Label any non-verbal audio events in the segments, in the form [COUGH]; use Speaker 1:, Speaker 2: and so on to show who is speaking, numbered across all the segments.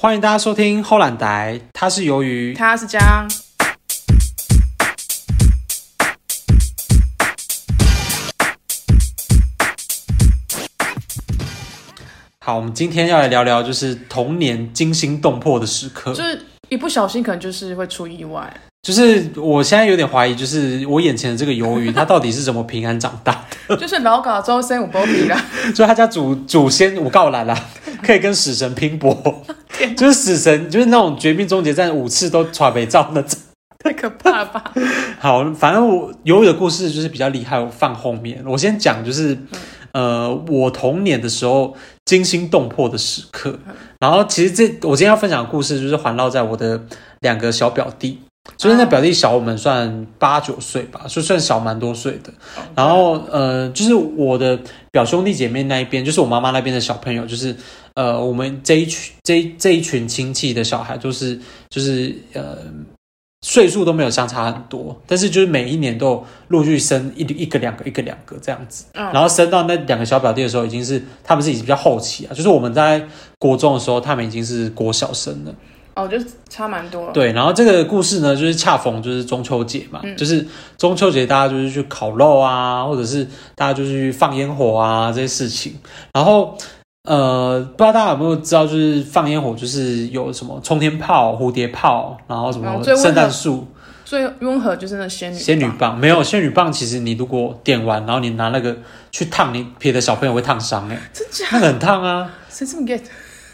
Speaker 1: 欢迎大家收听后懒台，它是由于
Speaker 2: 他是江，
Speaker 1: 好，我们今天要来聊聊就是童年惊心动魄的时刻
Speaker 2: 就。是一不小心可能就是会出意外。 [LAUGHS]
Speaker 1: 就是我现在有点怀疑，就是我眼前的这个鱿鱼，它到底是怎么平安长大
Speaker 2: 就是老搞周身有波比啦，
Speaker 1: 的？就他家祖祖先我告兰啦、可以跟死神拼搏，就是死神就是那种绝命终结战五次都耍北照那种。
Speaker 2: [LAUGHS] 太可怕了吧？
Speaker 1: [LAUGHS] 好，反正我鱿鱼的故事就是比较厉害，我放后面。我先讲就是，呃，我童年的时候惊心动魄的时刻。然后其实这我今天要分享的故事就是环绕在我的两个小表弟，所以那表弟小我们算八九岁吧，所以算小蛮多岁的。然后呃，就是我的表兄弟姐妹那一边，就是我妈妈那边的小朋友，就是呃，我们这一群这一这一群亲戚的小孩，就是就是呃。岁数都没有相差很多，但是就是每一年都有陆续生一一个两个一个两个这样子，
Speaker 2: 嗯
Speaker 1: 然后生到那两个小表弟的时候，已经是他们是已经比较后期啊，就是我们在国中的时候，他们已经是国小生了。
Speaker 2: 哦，就是差蛮多。，
Speaker 1: 对，然后这个故事呢，就是恰逢就是中秋节嘛，
Speaker 2: 嗯
Speaker 1: 就是中秋节大家就是去烤肉啊，或者是大家就去放烟火啊这些事情。然后呃，不知道大家有没有知道，就是放烟火就是有什么冲天炮、蝴蝶炮，然后什
Speaker 2: 然
Speaker 1: 么
Speaker 2: 后最温和
Speaker 1: 圣诞树、
Speaker 2: 最温和就是那仙女
Speaker 1: 仙女
Speaker 2: 棒
Speaker 1: 棒，没有仙女棒，其实你如果点完，然后你拿那个去烫，你撇的小朋友会烫伤哎、欸
Speaker 2: 真假？
Speaker 1: 那个很烫啊。
Speaker 2: 谁这么 get？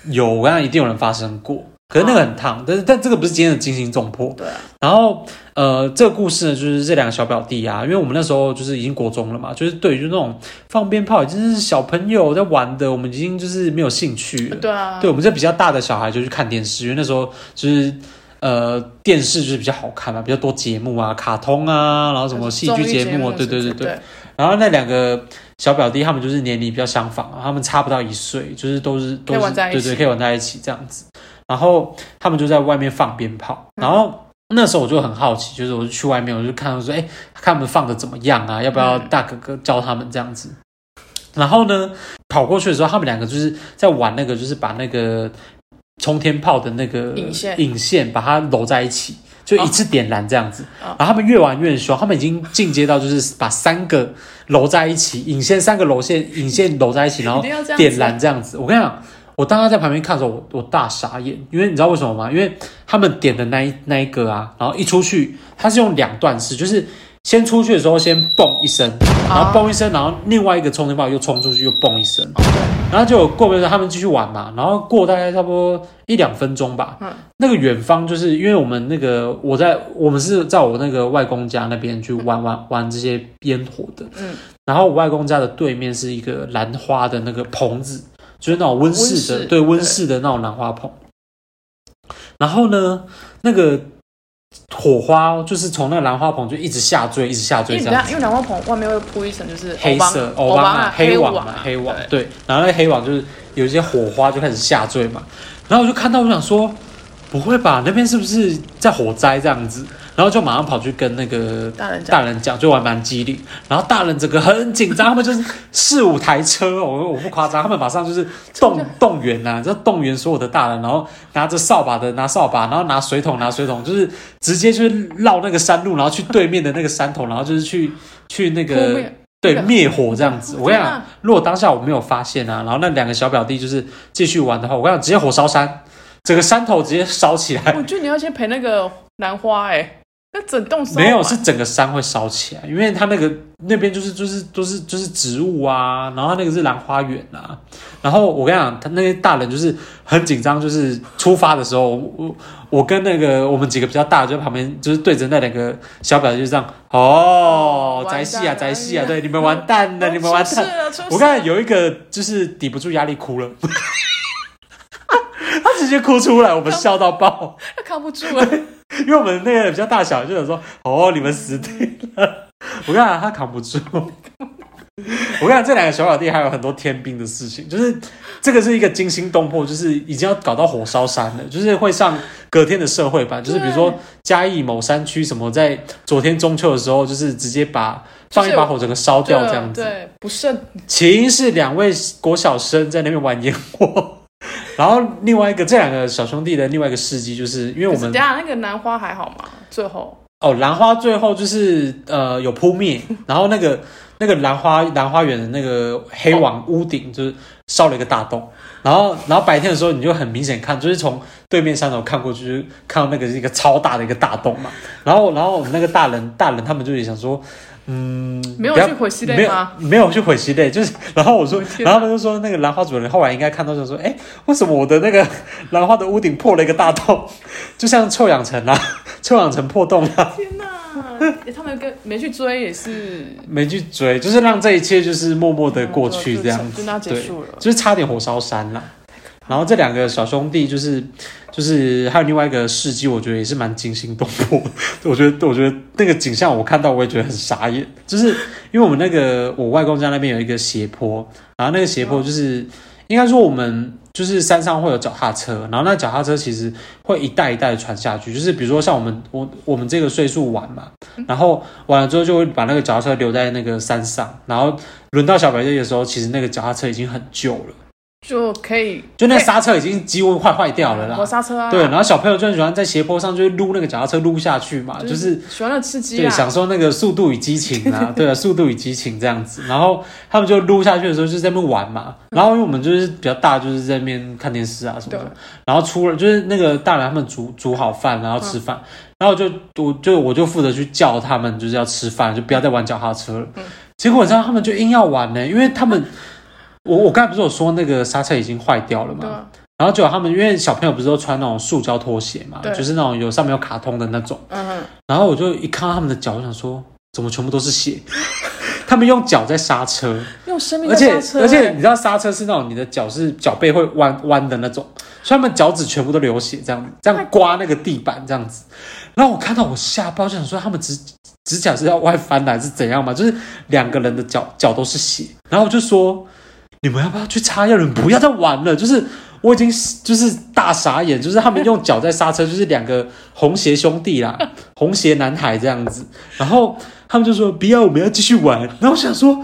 Speaker 1: 有，我刚刚一定有人发生过，可是那个很烫，但是但这个不是今天的惊心动魄。
Speaker 2: 对啊，
Speaker 1: 然后呃，这个故事呢，就是这两个小表弟啊，因为我们那时候就是已经国中了嘛，就是对于就那种放鞭炮已经是小朋友在玩的，我们已经就是没有兴趣了。
Speaker 2: 对啊，
Speaker 1: 对我们这比较大的小孩就去看电视，因为那时候就是。呃，电视就是比较好看嘛，比较多节目啊，卡通啊，然后什么戏剧节目啊，对对对对。
Speaker 2: 对，
Speaker 1: 然后那两个小表弟他们就是年龄比较相仿啊，他们差不到一岁，就是都是都
Speaker 2: 可以
Speaker 1: 是
Speaker 2: 玩在一
Speaker 1: 对
Speaker 2: 起
Speaker 1: 对，可以玩在一起这样子。然后他们就在外面放鞭炮，然后。那时候我就很好奇，就是我就去外面，我就看我说，哎、看他们放的怎么样啊？要不要
Speaker 2: 嗯
Speaker 1: 大哥哥教他们这样子？然后呢，跑过去的时候，他们两个就是在玩那个，就是把那个冲天炮的那个
Speaker 2: 引线
Speaker 1: 引线把它揉在一起，就一次点燃这样子。
Speaker 2: 哦
Speaker 1: 啊然后他们越玩越凶，他们已经进阶到就是把三个揉在一起，引线三个揉线引线揉在一起，然后
Speaker 2: 一定要这样子啊
Speaker 1: 点燃这样子。我跟你讲，我当时在旁边看的时候，我我大傻眼，因为你知道为什么吗？因为他们点的那一那一个啊，然后一出去，它是用两段式，就是先出去的时候先嘣一声，然后嘣一声，然后另外一个充电宝又冲出去又嘣一声，
Speaker 2: 哦对，
Speaker 1: 然后就过没多久他们继续玩嘛，然后过大概差不多一两分钟吧，
Speaker 2: 嗯
Speaker 1: 那个远方就是因为我们那个我在我们是在我那个外公家那边去玩玩玩这些烟火的，
Speaker 2: 嗯，
Speaker 1: 然后我外公家的对面是一个兰花的那个棚子，就是那种温室的，
Speaker 2: 温室
Speaker 1: 对
Speaker 2: 对
Speaker 1: 温室的那种兰花棚。然后呢，那个火花就是从那个兰花棚就一直下坠，一直下
Speaker 2: 因
Speaker 1: 坠
Speaker 2: 为
Speaker 1: 这
Speaker 2: 等一
Speaker 1: 样
Speaker 2: 下
Speaker 1: 子。
Speaker 2: 因为南瓜棚外面会铺一层就是
Speaker 1: 黑色
Speaker 2: 欧
Speaker 1: 巴
Speaker 2: 巴
Speaker 1: 马黑
Speaker 2: 网
Speaker 1: 网
Speaker 2: 啊
Speaker 1: 嘛，黑网
Speaker 2: 对
Speaker 1: 对，然后那个黑网就是有一些火花就开始下坠嘛，然后我就看到我想说，不会吧，那边是不是在火灾这样子？然后就马上跑去跟那个
Speaker 2: 大人讲
Speaker 1: 大人讲，就还蛮机灵。然后大人整个很紧张，他们就是四五台车，哦我我不夸张，他们马上就是动动员呐、啊，就动员所有的大人，然后拿着扫把的拿扫把，然后拿水桶拿水桶，就是直接就是绕那个山路，然后去对面的那个山头，然后就是去去那
Speaker 2: 扑
Speaker 1: 个
Speaker 2: 灭。
Speaker 1: 对
Speaker 2: 那个
Speaker 1: 灭火这样子，我跟你
Speaker 2: 天
Speaker 1: 讲
Speaker 2: 啊，
Speaker 1: 如果当下我没有发现啊，然后那两个小表弟就是继续玩的话，我跟你讲，直接火烧山，整个山头直接烧起来，
Speaker 2: 我觉得你要先陪那个兰花哎、那整栋烧
Speaker 1: 没有，
Speaker 2: 完
Speaker 1: 是整个山会烧起来，因为它那个那边就是就是都是就是植物啊，然后它那个是兰花园啊。然后我跟你讲，他那些大人就是很紧张，就是出发的时候，我我我跟那个我们几个比较大的就在旁边就是对着那两个小表弟就这样，哦，宅
Speaker 2: 完蛋
Speaker 1: 戏啊
Speaker 2: 了哎
Speaker 1: 宅戏啊，对，你们完蛋了，你们完
Speaker 2: 出
Speaker 1: 蛋
Speaker 2: 事。了，出事了
Speaker 1: [LAUGHS] 我刚才有一个就是抵不住压力哭了， [LAUGHS] 他直接哭出来，我们笑到爆。
Speaker 2: 他扛不住了，
Speaker 1: 因为我们那个比较大小，就想说，哦，你们死定了。我跟你讲，他扛不住。 [LAUGHS] 我跟你讲，这两个小表弟还有很多天兵的事情，就是这个是一个惊心动魄，就是已经要搞到火烧山了，就是会上隔天的社会版，就是比如说
Speaker 2: 对
Speaker 1: 嘉义某山区什么，在昨天中秋的时候，就是直接把放一把火整个烧 [LAUGHS] 掉这样子。
Speaker 2: 对，不慎
Speaker 1: 起因是两位国小生在那边玩烟火， [LAUGHS] 然后另外一个这两个小兄弟的另外一个事迹，就是因为我
Speaker 2: 可是
Speaker 1: 们
Speaker 2: 等一下那个兰花还好吗？最后
Speaker 1: 哦，兰花最后就是呃有扑灭，然后那个那个兰花兰花园的那个黑网屋顶就是烧了一个大洞，然后然后白天的时候你就很明显看，就是从对面山头看过去，就是看到那个是一个超大的一个大洞嘛，然后然后我们那个大人大人他们就也想说，嗯，
Speaker 2: 没有
Speaker 1: 不要
Speaker 2: 去回西
Speaker 1: 没
Speaker 2: 类
Speaker 1: 有
Speaker 2: 吗？
Speaker 1: 没有去毁系类，就是然后我说
Speaker 2: 我的，天
Speaker 1: 然后他们就说那个兰花主人后来应该看到就说，哎，为什么我的那个 [LAUGHS] 兰花的屋顶破了一个大洞， [LAUGHS] 就像臭氧层啊， [LAUGHS] 臭氧层破洞啊，
Speaker 2: 天哪！欸他们跟没去追也是
Speaker 1: 没去追，就是让这一切就是默默的过去这样
Speaker 2: 就就
Speaker 1: 子，
Speaker 2: 那结
Speaker 1: 对，
Speaker 2: 束了。
Speaker 1: 就是差点火烧山啦。然后这两个小兄弟就是就是还有另外一个事迹，我觉得也是蛮惊心动魄。 [LAUGHS] 我觉得我觉得那个景象我看到我也觉得很傻眼，就是因为我们那个我外公家那边有一个斜坡，然后那个斜坡就是应该说我们就是山上会有脚踏车，然后那脚踏车其实会一代一代的传下去，就是比如说像我们我我们这个岁数玩嘛，然后完了之后就会把那个脚踏车留在那个山上，然后轮到小白队的时候，其实那个脚踏车已经很旧了。
Speaker 2: 就可以
Speaker 1: 就那刹车已经几乎坏坏掉了啦
Speaker 2: 摩。刹车啊，
Speaker 1: 对，然后小朋友就很喜欢在斜坡上就是撸那个脚踏车撸下去嘛，就是。
Speaker 2: 喜欢那刺激
Speaker 1: 对，
Speaker 2: 啊，
Speaker 1: 享受那个速度与激情
Speaker 2: [LAUGHS]
Speaker 1: 啊，对啊，速度与激情这样子。然后他们就撸下去的时候就在那边玩嘛，然后因为我们就是比较大，就是在那边看电视啊什么
Speaker 2: 嗯对
Speaker 1: 的。然后出了就是那个大人他们煮煮好饭，然后吃
Speaker 2: 嗯
Speaker 1: 饭，然后就我就我就负责去叫他们就是要吃饭，就不要再玩脚踏车了。
Speaker 2: 嗯
Speaker 1: 结果你知道他们就硬要玩呢、因为他们我我刚才不是有说那个刹车已经坏掉了嘛，
Speaker 2: 对啊，
Speaker 1: 然后结果他们因为小朋友不是都穿那种塑胶拖鞋嘛，
Speaker 2: 对
Speaker 1: 就是那种有上面有卡通的那种。
Speaker 2: 嗯，
Speaker 1: 然后我就一看到他们的脚，我想说，怎么全部都是血？ [LAUGHS] 他们用脚在刹车，
Speaker 2: 用生命
Speaker 1: 而
Speaker 2: 在
Speaker 1: 且
Speaker 2: 刹车欸，
Speaker 1: 而且你知道刹车是那种你的脚是脚背会弯弯的那种，所以他们脚趾全部都流血，这样这
Speaker 2: Oh
Speaker 1: 样刮那个地板这样子。然后我看到我吓爆，就想说他们指指甲是要外翻的还是怎样嘛？就是两个人的脚脚都是血，然后我就说你们要不要去擦药？你们不要再玩了，就是。我已经就是大傻眼，就是他们用脚在刹车，就是两个红鞋兄弟啦，红鞋男孩这样子。然后他们就说不要，我们要继续玩。然后我想说，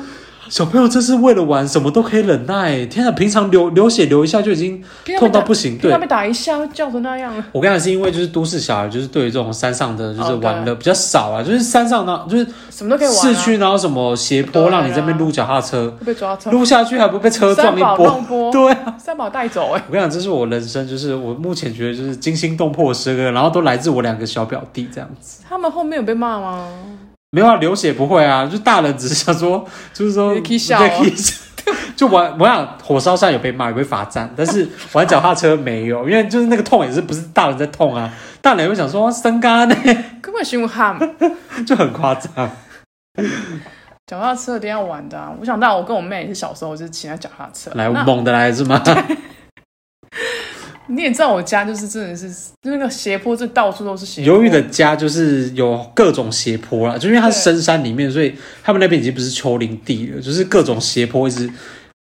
Speaker 1: 小朋友这是为了玩，什么都可以忍耐。天啊，平常流流血流一下就已经
Speaker 2: 平常
Speaker 1: 痛
Speaker 2: 被
Speaker 1: 到
Speaker 2: 打
Speaker 1: 不行。
Speaker 2: 被
Speaker 1: 对
Speaker 2: 他，被打一下会叫成那样了，
Speaker 1: 我跟你讲，是因为就是都市小孩，就是对于这种山上的就是
Speaker 2: 哦对
Speaker 1: 玩的比较少啊，就是山上呢，就是
Speaker 2: 什么都可以玩啊，
Speaker 1: 市区然后什么斜坡
Speaker 2: 对啊
Speaker 1: 让你在那边撸脚踏车，
Speaker 2: 会被抓走，
Speaker 1: 撸下去还不被车撞一
Speaker 2: 三宝
Speaker 1: 波
Speaker 2: [LAUGHS] 弄。波
Speaker 1: 对啊，
Speaker 2: 三宝带走哎，
Speaker 1: 我跟你讲，这是我人生，就是我目前觉得就是惊心动魄的时刻，然后都来自我两个小表弟这样子。
Speaker 2: 他们后面有被骂吗？
Speaker 1: 没有啊，流血不会啊，就大人只是想说，就是说
Speaker 2: 你可以笑哦
Speaker 1: 对可以笑 [LAUGHS] 就玩，我想火烧山有被骂，有被罚站，但
Speaker 2: [LAUGHS]
Speaker 1: 是玩脚踏车没有，因为就是那个痛也是不是大人在痛啊，大人也会想说生干呢， [LAUGHS]
Speaker 2: 根本凶悍，
Speaker 1: 就很夸张。
Speaker 2: 脚踏车一定要玩的啊！我想到我跟我妹也是小时候就是骑那脚踏车，
Speaker 1: 来
Speaker 2: 那
Speaker 1: 猛的来是吗？
Speaker 2: 你也知道我家就是真的是那个斜坡，就到处都是斜坡。
Speaker 1: 由于的家就是有各种斜坡啦，就因为它是
Speaker 2: 对
Speaker 1: 深山里面，所以他们那边已经不是丘陵地了，就是各种斜坡一直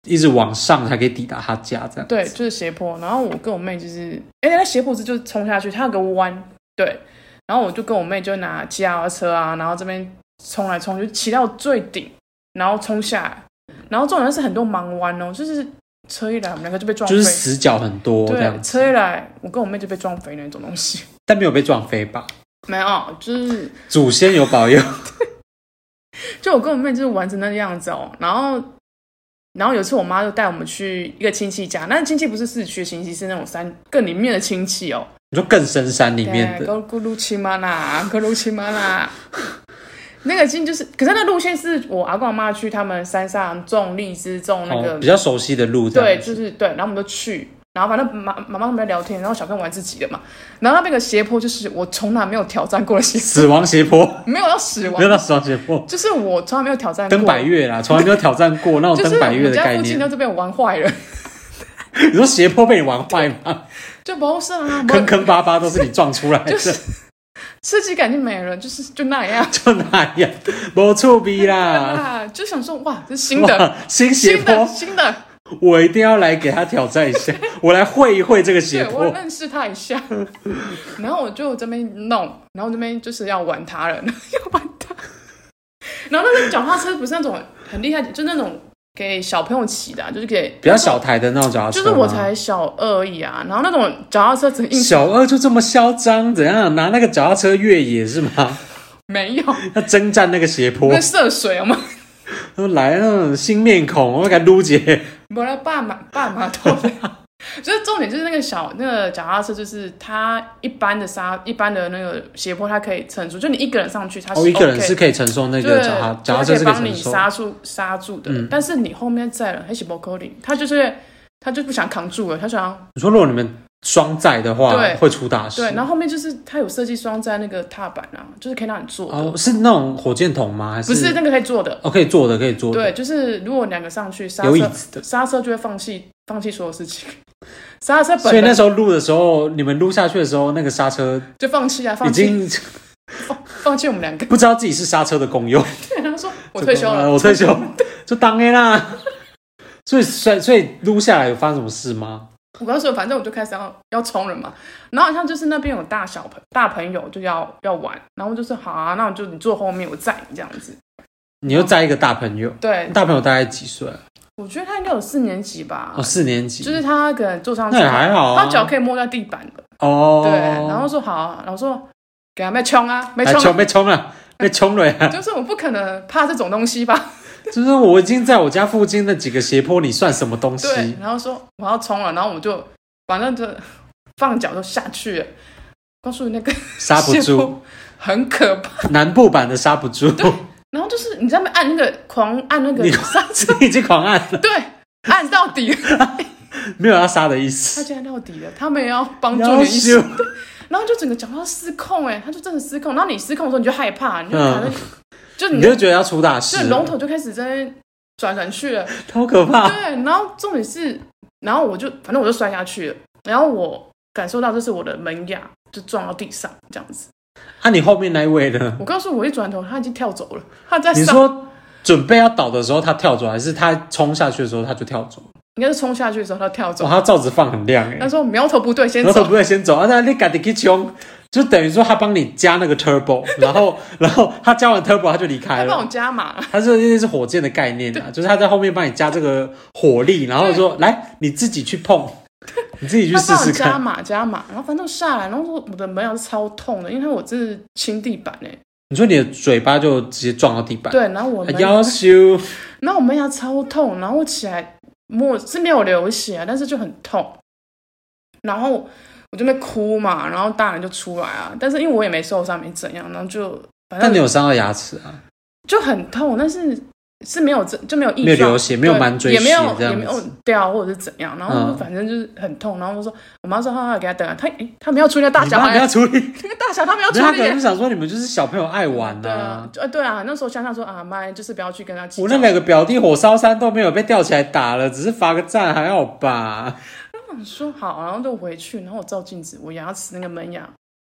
Speaker 1: 一直往上才可以抵达他家这样。
Speaker 2: 对，就是斜坡。然后我跟我妹就是，哎、那斜坡是就冲下去，它有个弯，对。然后我就跟我妹就拿骑脚踏车啊，然后这边冲来冲去，骑到最顶，然后冲下来。然后重点是很多盲弯哦，就是车一来，我们两个就被撞飞。
Speaker 1: 就是死角很多这
Speaker 2: 对，
Speaker 1: 样子，
Speaker 2: 车一来，我跟我妹就被撞飞那种东西。
Speaker 1: 但没有被撞飞吧？
Speaker 2: 没有，就是
Speaker 1: 祖先有保佑。 [LAUGHS]
Speaker 2: 就我跟我妹就是玩成那个样子哦，然后。然后有一次，我妈就带我们去一个亲戚家，那亲戚不是市区亲戚，是那种山更里面的亲戚哦。
Speaker 1: 你说更深山里面的，
Speaker 2: 咕咕噜七妈啦，咕噜七妈啦。 [LAUGHS] 那个进就是，可是那路线是我阿公阿妈去他们山上种荔枝，种那个、
Speaker 1: 哦、比较熟悉的路这
Speaker 2: 对，
Speaker 1: 样子，
Speaker 2: 就是对，然后我们就去，然后反正妈妈妈他们在聊天，然后小朋友玩自己的嘛，然后那边有个斜坡就是我从来没有挑战过的斜
Speaker 1: 死亡斜坡，
Speaker 2: 坡，没有要死
Speaker 1: 没有到
Speaker 2: 亡，
Speaker 1: 死亡斜坡，
Speaker 2: 就是我从来没有挑战过
Speaker 1: 登百，岳啦，从来没有挑战过那种
Speaker 2: 就是
Speaker 1: 哦登百
Speaker 2: 我
Speaker 1: 岳
Speaker 2: 们
Speaker 1: 的
Speaker 2: 家
Speaker 1: 概
Speaker 2: 附近
Speaker 1: 念。
Speaker 2: 都这边玩坏了，
Speaker 1: 你说斜坡被你玩坏吗？
Speaker 2: [LAUGHS] 就不是啊，不
Speaker 1: 坑坑巴巴都是你撞出来的，
Speaker 2: [LAUGHS] 就是刺激感就没了，就是就
Speaker 1: [LAUGHS]
Speaker 2: 那样。
Speaker 1: 就那样，没触逼
Speaker 2: [LAUGHS]
Speaker 1: 啦。
Speaker 2: 啊，就想说哇，这是新的，
Speaker 1: 哇，新斜
Speaker 2: 新的，
Speaker 1: 坡，
Speaker 2: 新的，
Speaker 1: 我一定要来给他挑战一
Speaker 2: [LAUGHS]
Speaker 1: 下，我来会一会这个斜
Speaker 2: 对，我
Speaker 1: 坡。
Speaker 2: 认识他
Speaker 1: [LAUGHS]
Speaker 2: 一下，然后我就这边弄，然后这边就是 [LAUGHS] 要玩他了，要玩他。然后那个脚踏车不是那种很厉害，就那种给小朋友骑的啊、就是给
Speaker 1: 比较小台的那种脚踏车
Speaker 2: 就
Speaker 1: 吗，
Speaker 2: 是我才小二而已啊，然后那种脚踏车只能硬
Speaker 1: 小二就这么嚣张，怎样拿那个脚踏车越野是
Speaker 2: [LAUGHS]
Speaker 1: 吗？
Speaker 2: 没有，
Speaker 1: 要征战那个斜坡
Speaker 2: 那，涉水我们
Speaker 1: 他们来那种新面孔，我给他撸姐。
Speaker 2: 不来半马半马都没有。 [LAUGHS] 就是重点就是那个小那个脚踏车，就是它一般的沙一般的那个斜坡，它可以撑住，就你一个人上去，它是、
Speaker 1: 哦，
Speaker 2: OK
Speaker 1: 一个人是可以承受那
Speaker 2: 对，
Speaker 1: 个脚踏
Speaker 2: 就
Speaker 1: 脚踏
Speaker 2: 它
Speaker 1: 车
Speaker 2: 可
Speaker 1: 是
Speaker 2: 以
Speaker 1: 可以嗯
Speaker 2: 帮你
Speaker 1: 承受。
Speaker 2: 刹住刹住的，但是你后面载人还是不扣零，他就是他就不想扛住了，他想
Speaker 1: 你说如果你们双载的话
Speaker 2: 对，
Speaker 1: 会出大事。
Speaker 2: 对，然后后面就是他有设计双在那个踏板啊，就是可以让你坐的，
Speaker 1: 哦，是那种火箭筒吗？还是
Speaker 2: 不是那个可以坐的，
Speaker 1: 哦，可以坐的，可以坐的，
Speaker 2: 对，就是如果两个上去刹
Speaker 1: 有椅
Speaker 2: 车
Speaker 1: 子的。
Speaker 2: 刹车就会放弃放弃所有事情， [LAUGHS] 刹车
Speaker 1: 所以
Speaker 2: 本
Speaker 1: 那
Speaker 2: 来
Speaker 1: 时候录的时候，你们录下去的时候，那个刹车
Speaker 2: 就放弃啊，
Speaker 1: 已
Speaker 2: 放弃
Speaker 1: 经
Speaker 2: 放弃我们两个， [LAUGHS]
Speaker 1: 不知道自己是刹车的功用。
Speaker 2: 对，他说 [LAUGHS] 我退休
Speaker 1: 呃 [LAUGHS]
Speaker 2: 了，
Speaker 1: 我退休，就当 A 啦。 [LAUGHS] 所以，所以，所以撸下来有发生什么事吗？
Speaker 2: [LAUGHS] 我告诉你，反正我就开始要要冲了嘛。然后好像就是那边有大小朋大朋友就要要玩，然后我就说好啊，那我就你坐后面，我载你这样子。
Speaker 1: 你又在一个大朋友，
Speaker 2: 对，
Speaker 1: 大朋友大概几岁？啊
Speaker 2: 我觉得他应该有四年级吧，
Speaker 1: 哦，四年级。
Speaker 2: 啊就是他可能坐上去，
Speaker 1: 那也还好啊
Speaker 2: 他脚可以摸到地板的。
Speaker 1: 哦，
Speaker 2: 对，然后说好、啊，然后说给他们冲啊，没
Speaker 1: 来
Speaker 2: 冲、
Speaker 1: 哎冲被冲了，被冲了呀！ [LAUGHS]
Speaker 2: 就是我不可能怕这种东西吧？
Speaker 1: 就是我已经在我家附近的几个斜坡，你算什么东西？
Speaker 2: 对，然后说我要冲了，然后我就反正就放脚就下去了。告诉你那个
Speaker 1: 刹不
Speaker 2: 斜
Speaker 1: 住，
Speaker 2: 坡很可怕。
Speaker 1: 南部版的刹不住，
Speaker 2: 然后就是你在那边按那个狂按那个
Speaker 1: 你
Speaker 2: 刹车，
Speaker 1: [LAUGHS] 你已经狂按了，
Speaker 2: 对，按到底了，
Speaker 1: 没有要刹的意
Speaker 2: 他
Speaker 1: 思。
Speaker 2: 竟然到底了，他们也要帮助你
Speaker 1: 要
Speaker 2: 的意思
Speaker 1: 修，
Speaker 2: 然后就整个讲话失控、哎，他就真的失控，然后你失控的时候你就害怕，你就感觉、
Speaker 1: [LAUGHS]
Speaker 2: 就
Speaker 1: 嗯你
Speaker 2: 你
Speaker 1: 就
Speaker 2: 的
Speaker 1: 觉得要出大
Speaker 2: 就
Speaker 1: 事
Speaker 2: 你龙
Speaker 1: 了，
Speaker 2: 头就开始在那边转来转去了，
Speaker 1: 好可怕！
Speaker 2: 对，然后重点是，然后我就反正我就摔下去了，然后我感受到这是我的门牙就撞到地上这样子，
Speaker 1: 啊，你后面那一位呢？
Speaker 2: 我告诉我一转头他已经跳走了，他在
Speaker 1: [LAUGHS] 你
Speaker 2: 上
Speaker 1: 说准备要倒的时候他跳走，还是他冲下去的时候他就跳走？
Speaker 2: 应该是冲下去的时候他跳
Speaker 1: 哇，
Speaker 2: 走，
Speaker 1: 他罩子放很亮
Speaker 2: 他
Speaker 1: 哎，
Speaker 2: 说苗头不对，先
Speaker 1: 然后
Speaker 2: 走
Speaker 1: 他不。会先走啊？那你赶紧去冲，就等于说他帮你加那个
Speaker 2: [LAUGHS]
Speaker 1: turbo，然后然后他加完 turbo 他就离开
Speaker 2: 他帮我
Speaker 1: 了。
Speaker 2: 加码，
Speaker 1: 他这些是火箭的概念啊，就是他在后面帮你加这个火力，然后说来你自己去碰，你自己去
Speaker 2: 他
Speaker 1: 试
Speaker 2: 帮我
Speaker 1: 试
Speaker 2: 加
Speaker 1: 看。
Speaker 2: 码加码，然后反正下来，然后说我的门牙是超痛的，因为我真是亲地板哎、
Speaker 1: 你说你的嘴巴就直接撞到地板，哎
Speaker 2: 对，然后我门，
Speaker 1: 要
Speaker 2: [LAUGHS]
Speaker 1: 修。
Speaker 2: 然后我门牙超痛，然后我起来摸是没有流血啊，但是就很痛，然后我就在哭嘛，然后大人就出来啊，但是因为我也没受伤，没怎样，然后就反
Speaker 1: 但你
Speaker 2: 正
Speaker 1: 有伤到牙齿啊？
Speaker 2: 就很痛，但是是没有真就没有异状，
Speaker 1: 没有流血没有
Speaker 2: 对
Speaker 1: 满嘴
Speaker 2: 也没有
Speaker 1: 血这样
Speaker 2: 也没有
Speaker 1: 子
Speaker 2: 掉或者是怎样，然后
Speaker 1: 嗯
Speaker 2: 反正就是很痛，然后我说我妈说好好给他等啊，他诶他没有出那个大
Speaker 1: 你
Speaker 2: [LAUGHS] 小
Speaker 1: 妈不
Speaker 2: 孩
Speaker 1: 要。处理，
Speaker 2: 那个大小 [LAUGHS] 他们要处
Speaker 1: 人家可
Speaker 2: 理耶
Speaker 1: 能就想说你们就是小朋友爱玩
Speaker 2: 对啊
Speaker 1: 啊。，
Speaker 2: 就呃对啊，那时候想想说啊，妈，就是不要去跟他计
Speaker 1: 我那
Speaker 2: 较。
Speaker 1: 两个表弟火烧山都没有被吊起来打了，只是罚个站还好吧
Speaker 2: 我说好，啊然后就回去，然后我照镜子，我牙齿那个门牙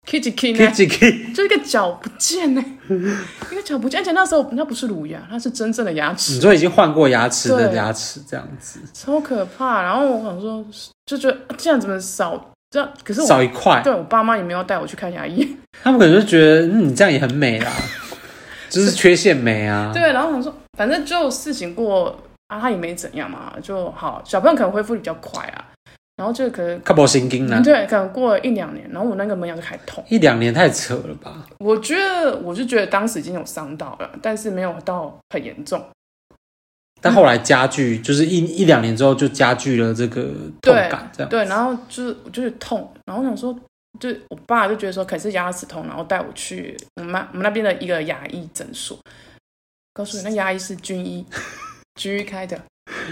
Speaker 2: ，kitty kitty 呢，
Speaker 1: ？Kitty Kitty，
Speaker 2: 就一个角不
Speaker 1: [LAUGHS]
Speaker 2: 见呢，一个角不见，而且那时候那不是乳牙，那是真正的牙齿，
Speaker 1: 你说已经换过牙齿的
Speaker 2: 对
Speaker 1: 牙齿这样子，
Speaker 2: 超可怕。然后我想说，就觉得啊这样怎么少这样？可是
Speaker 1: 少
Speaker 2: 我
Speaker 1: 一块，
Speaker 2: 对我爸妈也没有带我去看牙医，
Speaker 1: 他们可能就觉得嗯你这样也很美
Speaker 2: [LAUGHS]
Speaker 1: 啦，就是缺陷美啊。
Speaker 2: 对，然后想说，反正就事情过啊，他也没怎样嘛，就好。小朋友可能恢复比较快啊，然后就可能
Speaker 1: 靠不神经呢
Speaker 2: 嗯，？对，可能过了一两年，然后我那个门牙就开始痛。
Speaker 1: 啊一两年太扯了吧？
Speaker 2: 我觉得，我就觉得当时已经有伤到了，但是没有到很严重。
Speaker 1: 但后来加剧，就是一一两年之后就加剧了这个痛
Speaker 2: 对
Speaker 1: 感，这样
Speaker 2: 嗯对，然后就是就是痛，然后我想说，就是我爸就觉得说，可能是牙齿痛，然后带我去我们那我们那边的一个牙医诊所。告诉你，那牙医是
Speaker 1: [LAUGHS]
Speaker 2: 军医，G 开的，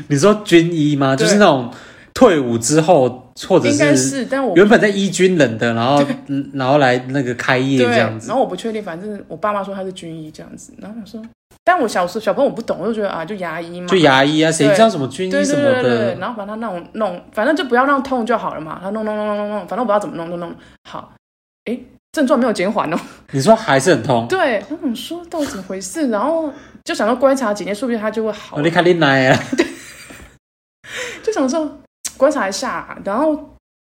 Speaker 1: 你说军医吗？
Speaker 2: 对
Speaker 1: 就是那种退伍之后，或者
Speaker 2: 应
Speaker 1: 是
Speaker 2: 该是，但我
Speaker 1: 原本在医军人的，然后嗯然后来那个开业
Speaker 2: 对，
Speaker 1: 这样
Speaker 2: 然
Speaker 1: 子。
Speaker 2: 后我不确定，反正我爸妈说他是军医这样子，然后我说，但我小时候小朋友我不懂，我就觉得啊，就牙医嘛，
Speaker 1: 就牙医啊，谁
Speaker 2: 对
Speaker 1: 知道什么军
Speaker 2: 对
Speaker 1: 医
Speaker 2: 对
Speaker 1: 什
Speaker 2: 对
Speaker 1: 么
Speaker 2: 对对，
Speaker 1: 的？
Speaker 2: 然后把它弄弄，反正就不要让痛就好了嘛。他弄弄弄弄弄弄，反正我不知道怎么弄弄弄。好，诶，症状没有减
Speaker 1: [LAUGHS]
Speaker 2: 缓哦。
Speaker 1: 你说还是很痛，
Speaker 2: 对，我想说到底怎么回事，然后就想说观察几天，说不定它就会好
Speaker 1: 我。你看你奶啊，
Speaker 2: 就想说观察一下，啊然后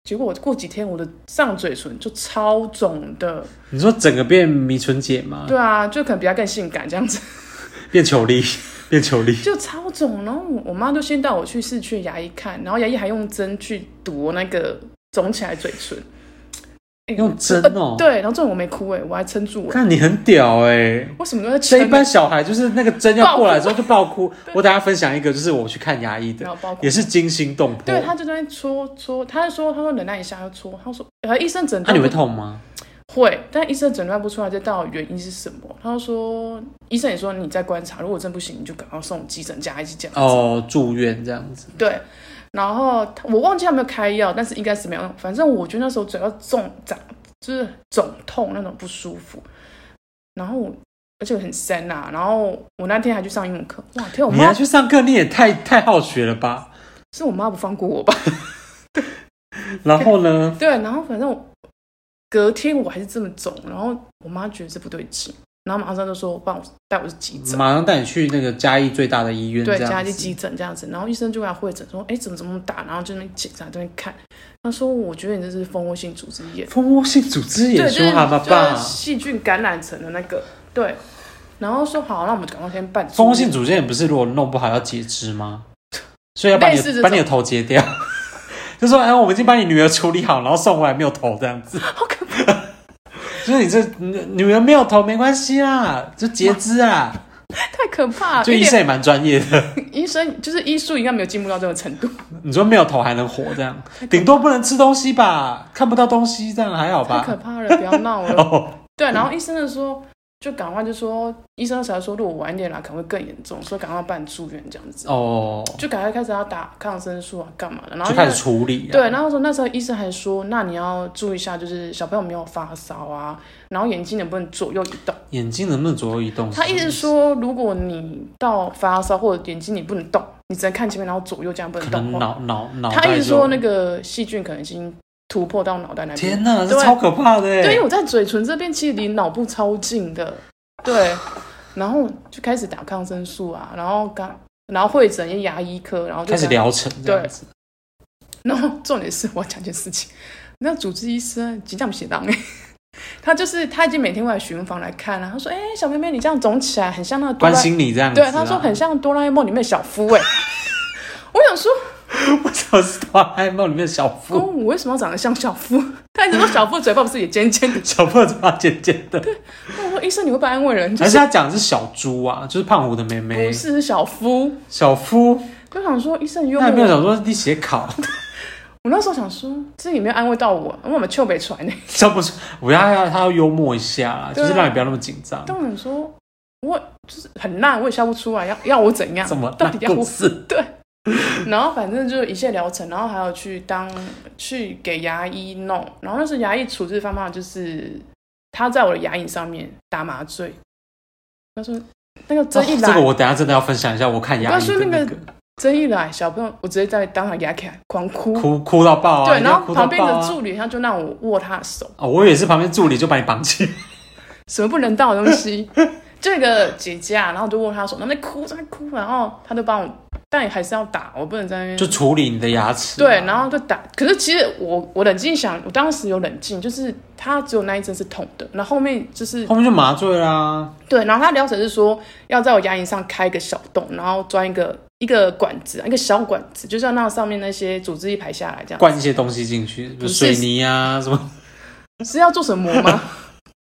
Speaker 2: 结果我过几天我的上嘴唇就超肿的。啊
Speaker 1: 你说整个变迷唇姐嘛，
Speaker 2: 对啊，就可能比较更性感这样子。 [LAUGHS]
Speaker 1: 变球力， [LAUGHS] 变球力。
Speaker 2: 就超肿。然后我我妈就先带我去市区牙医看，然后牙医还用针去堵那个肿起来嘴唇。哎
Speaker 1: 用针哦
Speaker 2: 呃对，然后这种我没哭哎、我还撑住了，
Speaker 1: 看你很屌哎、
Speaker 2: 我什么都在
Speaker 1: 所
Speaker 2: 撑
Speaker 1: 以
Speaker 2: 欸。
Speaker 1: 一般小孩就是那个针要过来之后就爆哭。我等下分享一个，就是我去看牙医
Speaker 2: 然
Speaker 1: 的，
Speaker 2: 后包括
Speaker 1: 也是惊心动魄。
Speaker 2: 对，他就在那边戳戳，他就说他说忍耐一下，要戳。他说呃医生诊
Speaker 1: 那、啊
Speaker 2: 断
Speaker 1: 你
Speaker 2: 不、
Speaker 1: 会痛吗？
Speaker 2: 会，但医生诊断不出来，这到底原因是什么？他就说医生也说你在观察，如果真不行，你就赶快送急诊加一起讲。
Speaker 1: 哦，住院这样子。
Speaker 2: 对，然后他我忘记他有没有开药，但是应该是没有用。反正我觉得那时候主要重长就是肿痛那种不舒服，然后我而且很深呐、然后我那天还去上英文课，哇天啊，我
Speaker 1: 你还
Speaker 2: 妈
Speaker 1: 去上课，你也太太好学了吧？
Speaker 2: 是我妈不放过我吧？
Speaker 1: 然后
Speaker 2: [LAUGHS]
Speaker 1: 呢？
Speaker 2: 对，然后反正我隔天我还是这么肿，然后我妈觉得这不对劲，然后马上就说帮我带我去急诊。
Speaker 1: 马上带你去那个嘉义最大的医院，
Speaker 2: 对，
Speaker 1: 嗯这
Speaker 2: 加
Speaker 1: 样
Speaker 2: 去
Speaker 1: 子。
Speaker 2: 急诊这样子，然后医生就给他会诊说，哎，怎么这么大？然后就在那边检查，在那边看，他说我觉得你这是蜂窝性组织炎，
Speaker 1: 蜂窝性组织
Speaker 2: 对，
Speaker 1: 炎，
Speaker 2: 就
Speaker 1: 说
Speaker 2: 是
Speaker 1: 蛤蟆
Speaker 2: 就是
Speaker 1: 吧。
Speaker 2: 细菌感染成的那个，对。然后说好，那我们赶快先办住院。
Speaker 1: 蜂窝性组织炎不是如果弄不好要截肢吗？
Speaker 2: [LAUGHS]
Speaker 1: 所以要把你
Speaker 2: 类似这种
Speaker 1: 把你的头截掉， [LAUGHS] 就说哎，我们已经把你女儿处理好，然后送回来没有头这样子。
Speaker 2: 好可怕！
Speaker 1: 就是你这女女儿没有头没关系啦，就截肢啊。
Speaker 2: 太可怕了。
Speaker 1: 就
Speaker 2: 一
Speaker 1: 医
Speaker 2: 点
Speaker 1: 生也蛮专业的，
Speaker 2: 医生就是医术应该没有进步到这个程度，
Speaker 1: 你说没有头还能活这样，顶多不能吃东西吧，看不到东西这样还好
Speaker 2: 太可
Speaker 1: 吧？
Speaker 2: 怕了，不要闹了。
Speaker 1: 哦，
Speaker 2: 对，啊然后医生就说，就赶快就说，医生才说，如果晚一点来，可能会更严重，说赶快办住院这样子，
Speaker 1: 哦，
Speaker 2: 就赶快开始要打抗生素啊，干嘛的？然后
Speaker 1: 就
Speaker 2: 因为
Speaker 1: 开始处理、啊。
Speaker 2: 对，然后说那时候医生还说，那你要注意一下，就是小朋友没有发烧啊，然后眼睛能不能左右移动。
Speaker 1: 眼睛能不能左右移动？
Speaker 2: 他一直说，如果你到发烧或者眼睛你不能动，你只能看前面，然后左右这样不
Speaker 1: 可
Speaker 2: 能动
Speaker 1: 能
Speaker 2: 的话。
Speaker 1: 脑脑脑袋
Speaker 2: 他
Speaker 1: 就。
Speaker 2: 一直说那个细菌可能已经突破到脑袋那边。
Speaker 1: 天哪，这
Speaker 2: 对
Speaker 1: 超可怕的耶。欸
Speaker 2: 对，因为我在嘴唇这边其实离脑部超近的，对。然后就开始打抗生素啊，然后刚，然后会诊也牙医科，然后就
Speaker 1: 开始
Speaker 2: 这样。
Speaker 1: 疗程这样子。
Speaker 2: 然后重点是我要讲件事情， [LAUGHS] 那主治医生紧张写当哎， [LAUGHS] 他就是他已经每天会来询问房来看了、啊，他说：“哎、小妹妹，你这样肿起来，很像那个哆
Speaker 1: 关
Speaker 2: 啦
Speaker 1: 心你这样子、啊。
Speaker 2: 对，他说很像哆啦 A 梦里面的小夫 [LAUGHS] 哎、我想说，
Speaker 1: 为什么是哆啦 A 梦里面的小
Speaker 2: 公
Speaker 1: 夫？
Speaker 2: 我为什么要长得像小夫？ [LAUGHS] 他一直说小夫嘴巴不是也尖尖的。 [LAUGHS]
Speaker 1: 小朋友怎么尖尖的？
Speaker 2: 我说医生，你会不会安慰人？就
Speaker 1: 还
Speaker 2: 是
Speaker 1: 是他讲的是小猪啊？就是胖虎的妹妹
Speaker 2: 不。是是小夫？
Speaker 1: 小夫，
Speaker 2: 我想说，医生又
Speaker 1: 那有
Speaker 2: 问
Speaker 1: 没有
Speaker 2: 我，
Speaker 1: 想说你写考？ [LAUGHS]
Speaker 2: 我那时候想说，这也没有安慰到我，因为我们丘北传呢。
Speaker 1: 这不是，我要要他要幽默一下啦，就
Speaker 2: 对啊
Speaker 1: 是让你不要那么紧张。
Speaker 2: 但我想说，我就是很烂，我也笑不出来，要要我怎样？
Speaker 1: 怎么
Speaker 2: 啊到底要
Speaker 1: 那故
Speaker 2: 我？
Speaker 1: 事？
Speaker 2: 对。然后反正就一切疗程，然后还有去当去给牙医弄，然后那时牙医处置方法就是他在我的牙龈上面打麻醉，他说那个针一
Speaker 1: [LAUGHS] 哦这
Speaker 2: 来，
Speaker 1: 个我等一下真的要分享一下，我看牙医的那
Speaker 2: 我告诉
Speaker 1: 个
Speaker 2: 针一来，小朋友我直接在当场给他看狂哭，
Speaker 1: 哭哭到爆啊！
Speaker 2: 对，
Speaker 1: 一定
Speaker 2: 然
Speaker 1: 要
Speaker 2: 后
Speaker 1: 哭到
Speaker 2: 旁边
Speaker 1: 爆
Speaker 2: 的
Speaker 1: 啊！
Speaker 2: 助理他就让我握他的手，
Speaker 1: 哦，我以为是旁边助理就把你绑
Speaker 2: [LAUGHS]
Speaker 1: 起来，
Speaker 2: 什么不能到的东西， [LAUGHS] 这个结痂，然后我就握他的手，他在哭在哭，然后他就帮我，但也还是要打，我不能在那边
Speaker 1: 就处理你的牙齿啊。
Speaker 2: 对，然后就打。可是其实我我冷静想，我当时有冷静，就是他只有那一针是痛的，然后后面就是
Speaker 1: 后面就麻醉啦。
Speaker 2: 对，然后他疗程是说要在我牙龈上开一个小洞，然后钻一个一个管子，一个小管子，就像那上面那些组织一排下来这样。
Speaker 1: 灌一些东西进去，比如
Speaker 2: 不是
Speaker 1: 水泥啊什么，
Speaker 2: 是要做什么吗？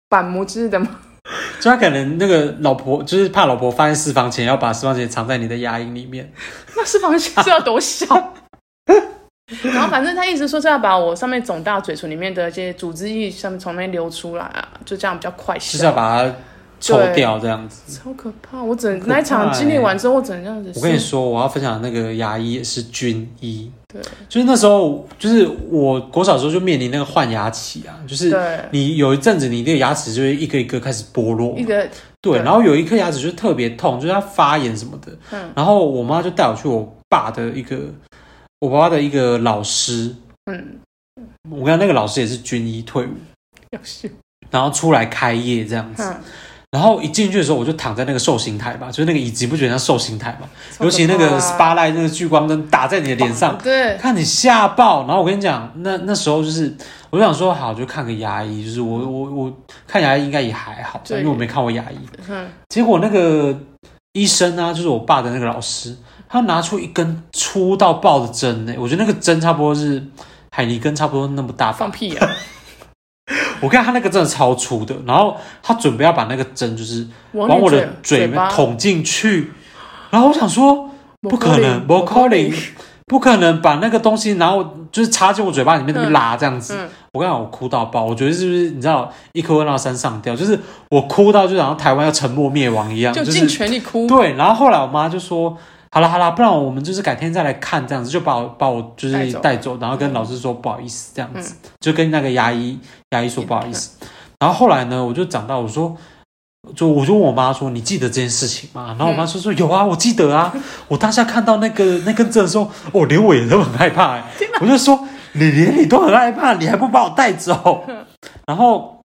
Speaker 2: 板模之类的吗？
Speaker 1: 就他可能那个老婆就是怕老婆发现私房钱，要把私房钱藏在你的牙龈里面。
Speaker 2: 那是螃蟹是要
Speaker 1: [LAUGHS]
Speaker 2: 多小？然后反正他一直说是要把我上面肿大嘴唇里面的一些组织液上面从那边流出来啊，就这样比较快消。
Speaker 1: 就是要把它抽掉这样子。
Speaker 2: 超可怕！我整
Speaker 1: 很可怕
Speaker 2: 那一场经历完之后，我整这样子。
Speaker 1: 我跟你，说，我要分享的那个牙医也是军医，
Speaker 2: 对
Speaker 1: 就是那时候，就是我国小的时候就面临那个换牙期啊，就是
Speaker 2: 对，
Speaker 1: 你有一阵子你那个牙齿就会一个一个开始剥落
Speaker 2: 一，个
Speaker 1: 对，
Speaker 2: 对
Speaker 1: 然后有一颗牙齿就特别痛，就是它发炎什么的，
Speaker 2: 嗯
Speaker 1: 然后我妈就带我去我爸的一个我爸的一个老师，
Speaker 2: 嗯，
Speaker 1: 我跟那个老师也是军医退伍，
Speaker 2: 要
Speaker 1: [LAUGHS]
Speaker 2: 秀，
Speaker 1: 然后出来开业这样子。
Speaker 2: 嗯，
Speaker 1: 然后一进去的时候，我就躺在那个寿星台吧，就是那个椅子，你不觉得像寿星台吗？
Speaker 2: 超可怕啊
Speaker 1: 尤其那个 SPA light 那个聚光灯打在你的脸上，
Speaker 2: 对，
Speaker 1: 看你吓爆。然后我跟你讲，那那时候就是，我就想说，好，就看个牙医，就是我我我看牙医应该也还好，
Speaker 2: 对
Speaker 1: 因为我没看过牙医。
Speaker 2: 嗯，
Speaker 1: 结果那个医生啊，就是我爸的那个老师，他拿出一根粗到爆的针呢、我觉得那个针差不多是海泥根差不多那么大吧
Speaker 2: 放。屁啊！
Speaker 1: 我看他那个真的超粗的，然后他准备要把那个针就是 [LAUGHS]
Speaker 2: 往
Speaker 1: 往我
Speaker 2: 你
Speaker 1: 的嘴
Speaker 2: 嘴嘴
Speaker 1: 里
Speaker 2: 巴
Speaker 1: 面捅进去，然后我想说
Speaker 2: 不
Speaker 1: 不可能不可能
Speaker 2: 能
Speaker 1: 不可能把那个东西，然后就是插进我嘴巴里面那么
Speaker 2: 嗯
Speaker 1: 拉这样子。
Speaker 2: 嗯
Speaker 1: 我跟你讲，我哭到爆，我觉得是不是你知道一颗问到山上吊，就是我哭到就好像台湾要沉没灭亡一样，
Speaker 2: 就
Speaker 1: 是
Speaker 2: 尽全力哭，
Speaker 1: 对。然后后来我妈就说。好啦好啦，不然我们就是改天再来看这样子，就把我把我就是
Speaker 2: 嗯带
Speaker 1: 带
Speaker 2: 走
Speaker 1: 走，然后跟老师说不好意思这样
Speaker 2: 嗯
Speaker 1: 子，就跟那个牙医牙医说不好意思。然后后来呢，我就长大，我说就我就问我妈说你记得这件事情吗？然后
Speaker 2: 嗯
Speaker 1: 我妈说说有啊，我记得啊。我当下看到那个那根针的时候，我连我也都很害怕、欸，我就说你连你都很害怕，你还不把我带走？ [LAUGHS] 然后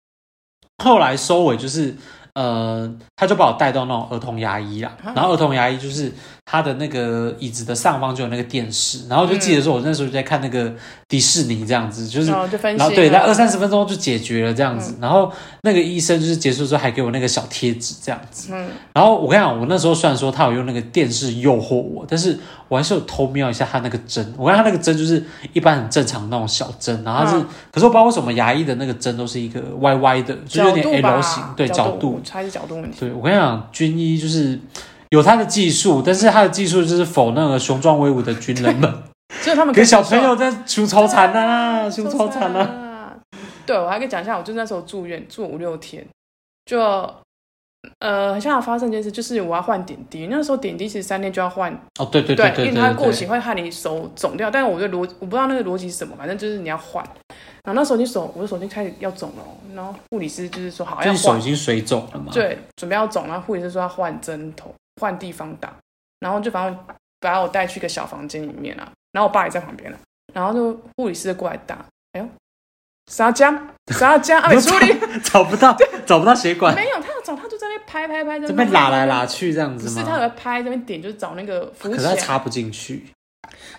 Speaker 1: 后来收尾就是。呃，他就把我带到那种儿童牙医啦，然后儿童牙医就是他的那个椅子的上方就有那个电视，然后就记得说，我那时候就在看那个迪士尼这样子，就是
Speaker 2: 然后就分嗯
Speaker 1: 然
Speaker 2: 析，
Speaker 1: 后对，那二三十分钟就解决了这样子。然后那个医生就是结束之后还给我那个小贴纸这样子。
Speaker 2: 嗯
Speaker 1: 然后我跟你讲，我那时候虽然说他有用那个电视诱惑我，但是我还是有偷瞄一下他那个针。我看他那个针就是一般很正常那种小针，然后它是，
Speaker 2: 嗯
Speaker 1: 可是我不知道为什么牙医的那个针都是一个歪歪的，就有
Speaker 2: 角
Speaker 1: 点
Speaker 2: 度
Speaker 1: L
Speaker 2: 吧，
Speaker 1: 型，对角度。
Speaker 2: 差一些角度问题，
Speaker 1: 对我跟你讲，军医就是有他的技术，但是他的技术就是否那个雄壮威武的军人
Speaker 2: [LAUGHS]
Speaker 1: 们，
Speaker 2: 所以他们
Speaker 1: 给
Speaker 2: 更
Speaker 1: 小
Speaker 2: 瘦
Speaker 1: 朋友在出超惨
Speaker 2: [LAUGHS]
Speaker 1: 啊，出超惨啊。
Speaker 2: 啊！对，我还可以讲一下，我就那时候住院住五六天，就呃，像发生一件事，就是我要换点滴，那时候点滴其实三天就要换，
Speaker 1: 哦，对对对对，
Speaker 2: 因为它
Speaker 1: 对
Speaker 2: 过期会害你手肿掉，但是我的逻我不知道那个逻辑是什么，反正就是你要换。然后那时候你手我的手已经开始要肿了哦，然后护理师就是说好
Speaker 1: 就
Speaker 2: 要
Speaker 1: 是手
Speaker 2: 换
Speaker 1: 已，经水肿了嘛。， [LAUGHS]
Speaker 2: 对，准备要肿，然后护理师说要换针头，换地方打，然后就反正把我带去一个小房间里面啊，然后我爸也在旁边了、然后就护理师就过来打，哎呦，啥浆
Speaker 1: [LAUGHS]
Speaker 2: 啥浆啊，没处理，
Speaker 1: 找不到，找不到血 [LAUGHS] 管，
Speaker 2: [LAUGHS] 没有，他要找他就在那边拍拍拍，在
Speaker 1: 这
Speaker 2: 那
Speaker 1: 边拉来拉，去这样
Speaker 2: 不
Speaker 1: 子
Speaker 2: 是他
Speaker 1: 吗？
Speaker 2: 有在拍，这边点就是找那个扶
Speaker 1: 可
Speaker 2: 起
Speaker 1: 是他
Speaker 2: 来，
Speaker 1: 插不进去，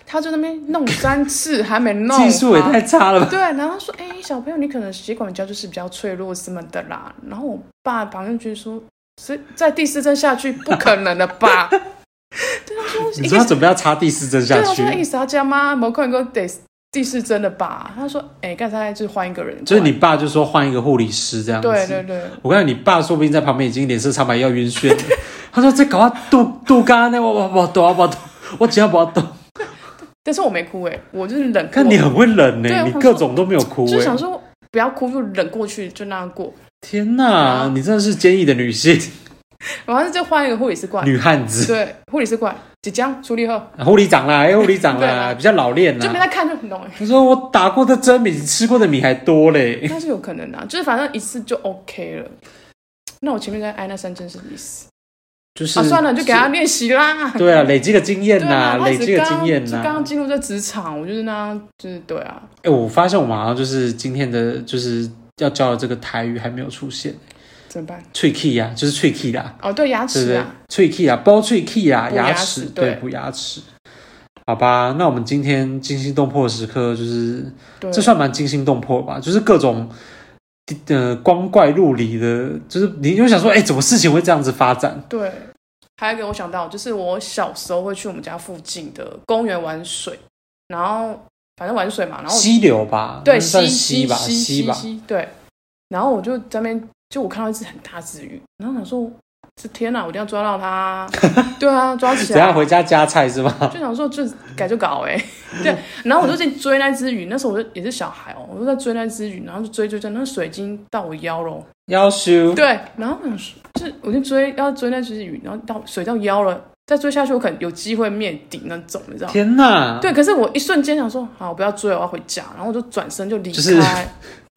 Speaker 2: 他就在那边弄三次还没弄，
Speaker 1: 技术也太。差了吧！
Speaker 2: 对，然后他说：“哎、小朋友，你可能血管比较就是比较脆弱什么的啦。”然后我爸旁边觉得说：“是在第四针下去不可能的 [LAUGHS] 吧？”对，他 [LAUGHS] 说：“
Speaker 1: 你说他准备要插第四针下
Speaker 2: 对啊，我
Speaker 1: 去
Speaker 2: 说，意思要加吗？某个人给我得第四针的吧？他说，哎、刚才就是换一个人，
Speaker 1: 就是你爸就说换一个护理师这样子。
Speaker 2: 对对对，
Speaker 1: 我告诉你，你爸说不定在旁边已经脸色苍白要晕眩了。
Speaker 2: [LAUGHS]
Speaker 1: 他说：“这搞到肚肚干呢，我我我懂啊，我懂，我只要不懂。
Speaker 2: 但是我没哭哎、我就是忍过，
Speaker 1: 看你很会忍呢、
Speaker 2: 对我
Speaker 1: 你
Speaker 2: 想
Speaker 1: 各种都没有哭
Speaker 2: 就是
Speaker 1: 哎、
Speaker 2: 想说不要哭，就忍过去，就那样过。
Speaker 1: 天哪，
Speaker 2: 啊
Speaker 1: 你真的是坚毅的女性
Speaker 2: 然后就换一个护理师过来，
Speaker 1: 女汉子，
Speaker 2: 对，护理师过来，即将处理后，
Speaker 1: 护理
Speaker 2: [LAUGHS]
Speaker 1: 长啦，哎，护理长
Speaker 2: 对啊
Speaker 1: 啦，比较老练啦，
Speaker 2: 就没在看就很懂哎、
Speaker 1: 他说我打过的针比你吃过的米还多
Speaker 2: [LAUGHS]
Speaker 1: 嘞。
Speaker 2: 但是有可能啊，就是反正一次就 OK 了。那我前面在挨那三针是什么意思
Speaker 1: 就是、
Speaker 2: 啊？算了，就给他练习啦。
Speaker 1: 对啊，累积个经验
Speaker 2: 对啊
Speaker 1: 呐、，
Speaker 2: 他
Speaker 1: 累
Speaker 2: 只
Speaker 1: 积个
Speaker 2: 刚
Speaker 1: 经验
Speaker 2: 就
Speaker 1: 呐、
Speaker 2: 刚刚进入这职场，我就是那样，就是对啊，
Speaker 1: 哎、我发现我们好像就是今天的，就是要教的这个台语还没有出现，
Speaker 2: 怎么办？
Speaker 1: 脆 key 啊，就是脆 key 啦，
Speaker 2: 哦，对，牙
Speaker 1: 对不
Speaker 2: 齿
Speaker 1: 对
Speaker 2: 啊，？
Speaker 1: 脆 key 啊，包脆 key 啊，
Speaker 2: 补牙齿
Speaker 1: 齿
Speaker 2: 对
Speaker 1: 对，补牙齿。好吧，那我们今天惊心动魄的时刻就是，
Speaker 2: 对，
Speaker 1: 这算蛮惊心动魄吧，就是各种。呃，光怪陆离的，就是你就想说，哎、怎么事情会这样子发展？
Speaker 2: 对。还有一个我想到，就是我小时候会去我们家附近的公园玩水，然后反正玩水嘛，然后
Speaker 1: 溪流吧，
Speaker 2: 对
Speaker 1: 那
Speaker 2: 溪
Speaker 1: 算
Speaker 2: 溪
Speaker 1: 吧，
Speaker 2: 溪
Speaker 1: 溪吧，
Speaker 2: 溪对，然后我就在那边就我看到一只很大只鱼，然后想说，这天哪，我一定要抓
Speaker 1: [LAUGHS]
Speaker 2: 到它，对啊，抓起
Speaker 1: 等下
Speaker 2: 来，
Speaker 1: 回家夹菜是吧？
Speaker 2: 就想说就改就搞哎、
Speaker 1: [LAUGHS]
Speaker 2: 欸，对，然后我就在追那只鱼，那时候我就也是小孩哦，我就在追那只鱼，然后就追追追，那水已经到我腰喽，
Speaker 1: 要修，
Speaker 2: 对，然后我想说就是我就追要追那只鱼，然后到水到腰了，再追下去我可能有机会灭顶那种，你知道吗？
Speaker 1: 天哪！
Speaker 2: 对，可是我一瞬间想说，好，我不要追，我要回家，然后我就转身就离开。
Speaker 1: 就是
Speaker 2: [LAUGHS]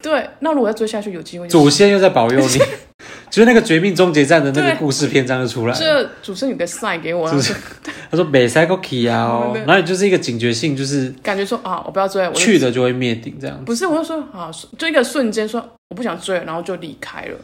Speaker 2: 对，那如果再追下去，有机会就
Speaker 1: 祖先又在保佑你，
Speaker 2: [LAUGHS]
Speaker 1: 就是那个《绝命终结战》的那
Speaker 2: 对
Speaker 1: 个故事篇章就出来了。
Speaker 2: 这主持人有个 sign 给我，然
Speaker 1: 就
Speaker 2: 后
Speaker 1: 是
Speaker 2: 就
Speaker 1: 他说北塞 cookie 啊哦
Speaker 2: 对对，
Speaker 1: 然后你就是一个警觉性，就是
Speaker 2: 感觉说啊，我不要追，我就
Speaker 1: 去了就会灭顶这样子。
Speaker 2: 不是，我就说啊，就一个瞬间说我不想追了，然后就离开了。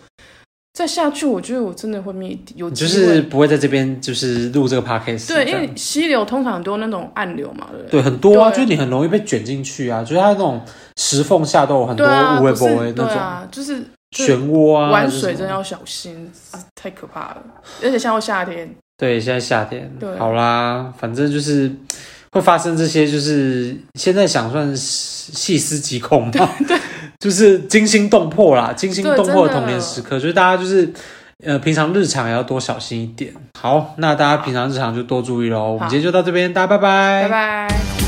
Speaker 2: 再下去，我觉得我真的会灭顶，有
Speaker 1: 你
Speaker 2: 机
Speaker 1: 就
Speaker 2: 会。
Speaker 1: 是不会在这边就是录这个 podcast，
Speaker 2: 对，
Speaker 1: 这
Speaker 2: 因
Speaker 1: 样
Speaker 2: 为溪流通常很多那种暗流嘛，对不对？
Speaker 1: 对很多啊，
Speaker 2: 对
Speaker 1: 就是你很容易被卷进去啊，就是它那种石缝下都有很多
Speaker 2: 对啊，
Speaker 1: 无微
Speaker 2: 不
Speaker 1: 不微
Speaker 2: 是，对
Speaker 1: 那种
Speaker 2: 啊，就是
Speaker 1: 漩涡啊，
Speaker 2: 玩
Speaker 1: 就是
Speaker 2: 水
Speaker 1: 什
Speaker 2: 真的
Speaker 1: 么
Speaker 2: 啊要小心，太可怕了。而且像到夏天，
Speaker 1: 对，现在夏天，
Speaker 2: 对
Speaker 1: 好啦，反正就是会发生这些，就是现在想算是细思极
Speaker 2: [LAUGHS]
Speaker 1: 恐嘛，对， [LAUGHS] 就是惊心动魄啦，惊心动魄
Speaker 2: 对真
Speaker 1: 的
Speaker 2: 的
Speaker 1: 童年时刻，就是大家就是。呃，平常日常也要多小心一点。好，那大家平常日常就多注意喽。我们今天就到这边，大家拜拜
Speaker 2: 拜拜。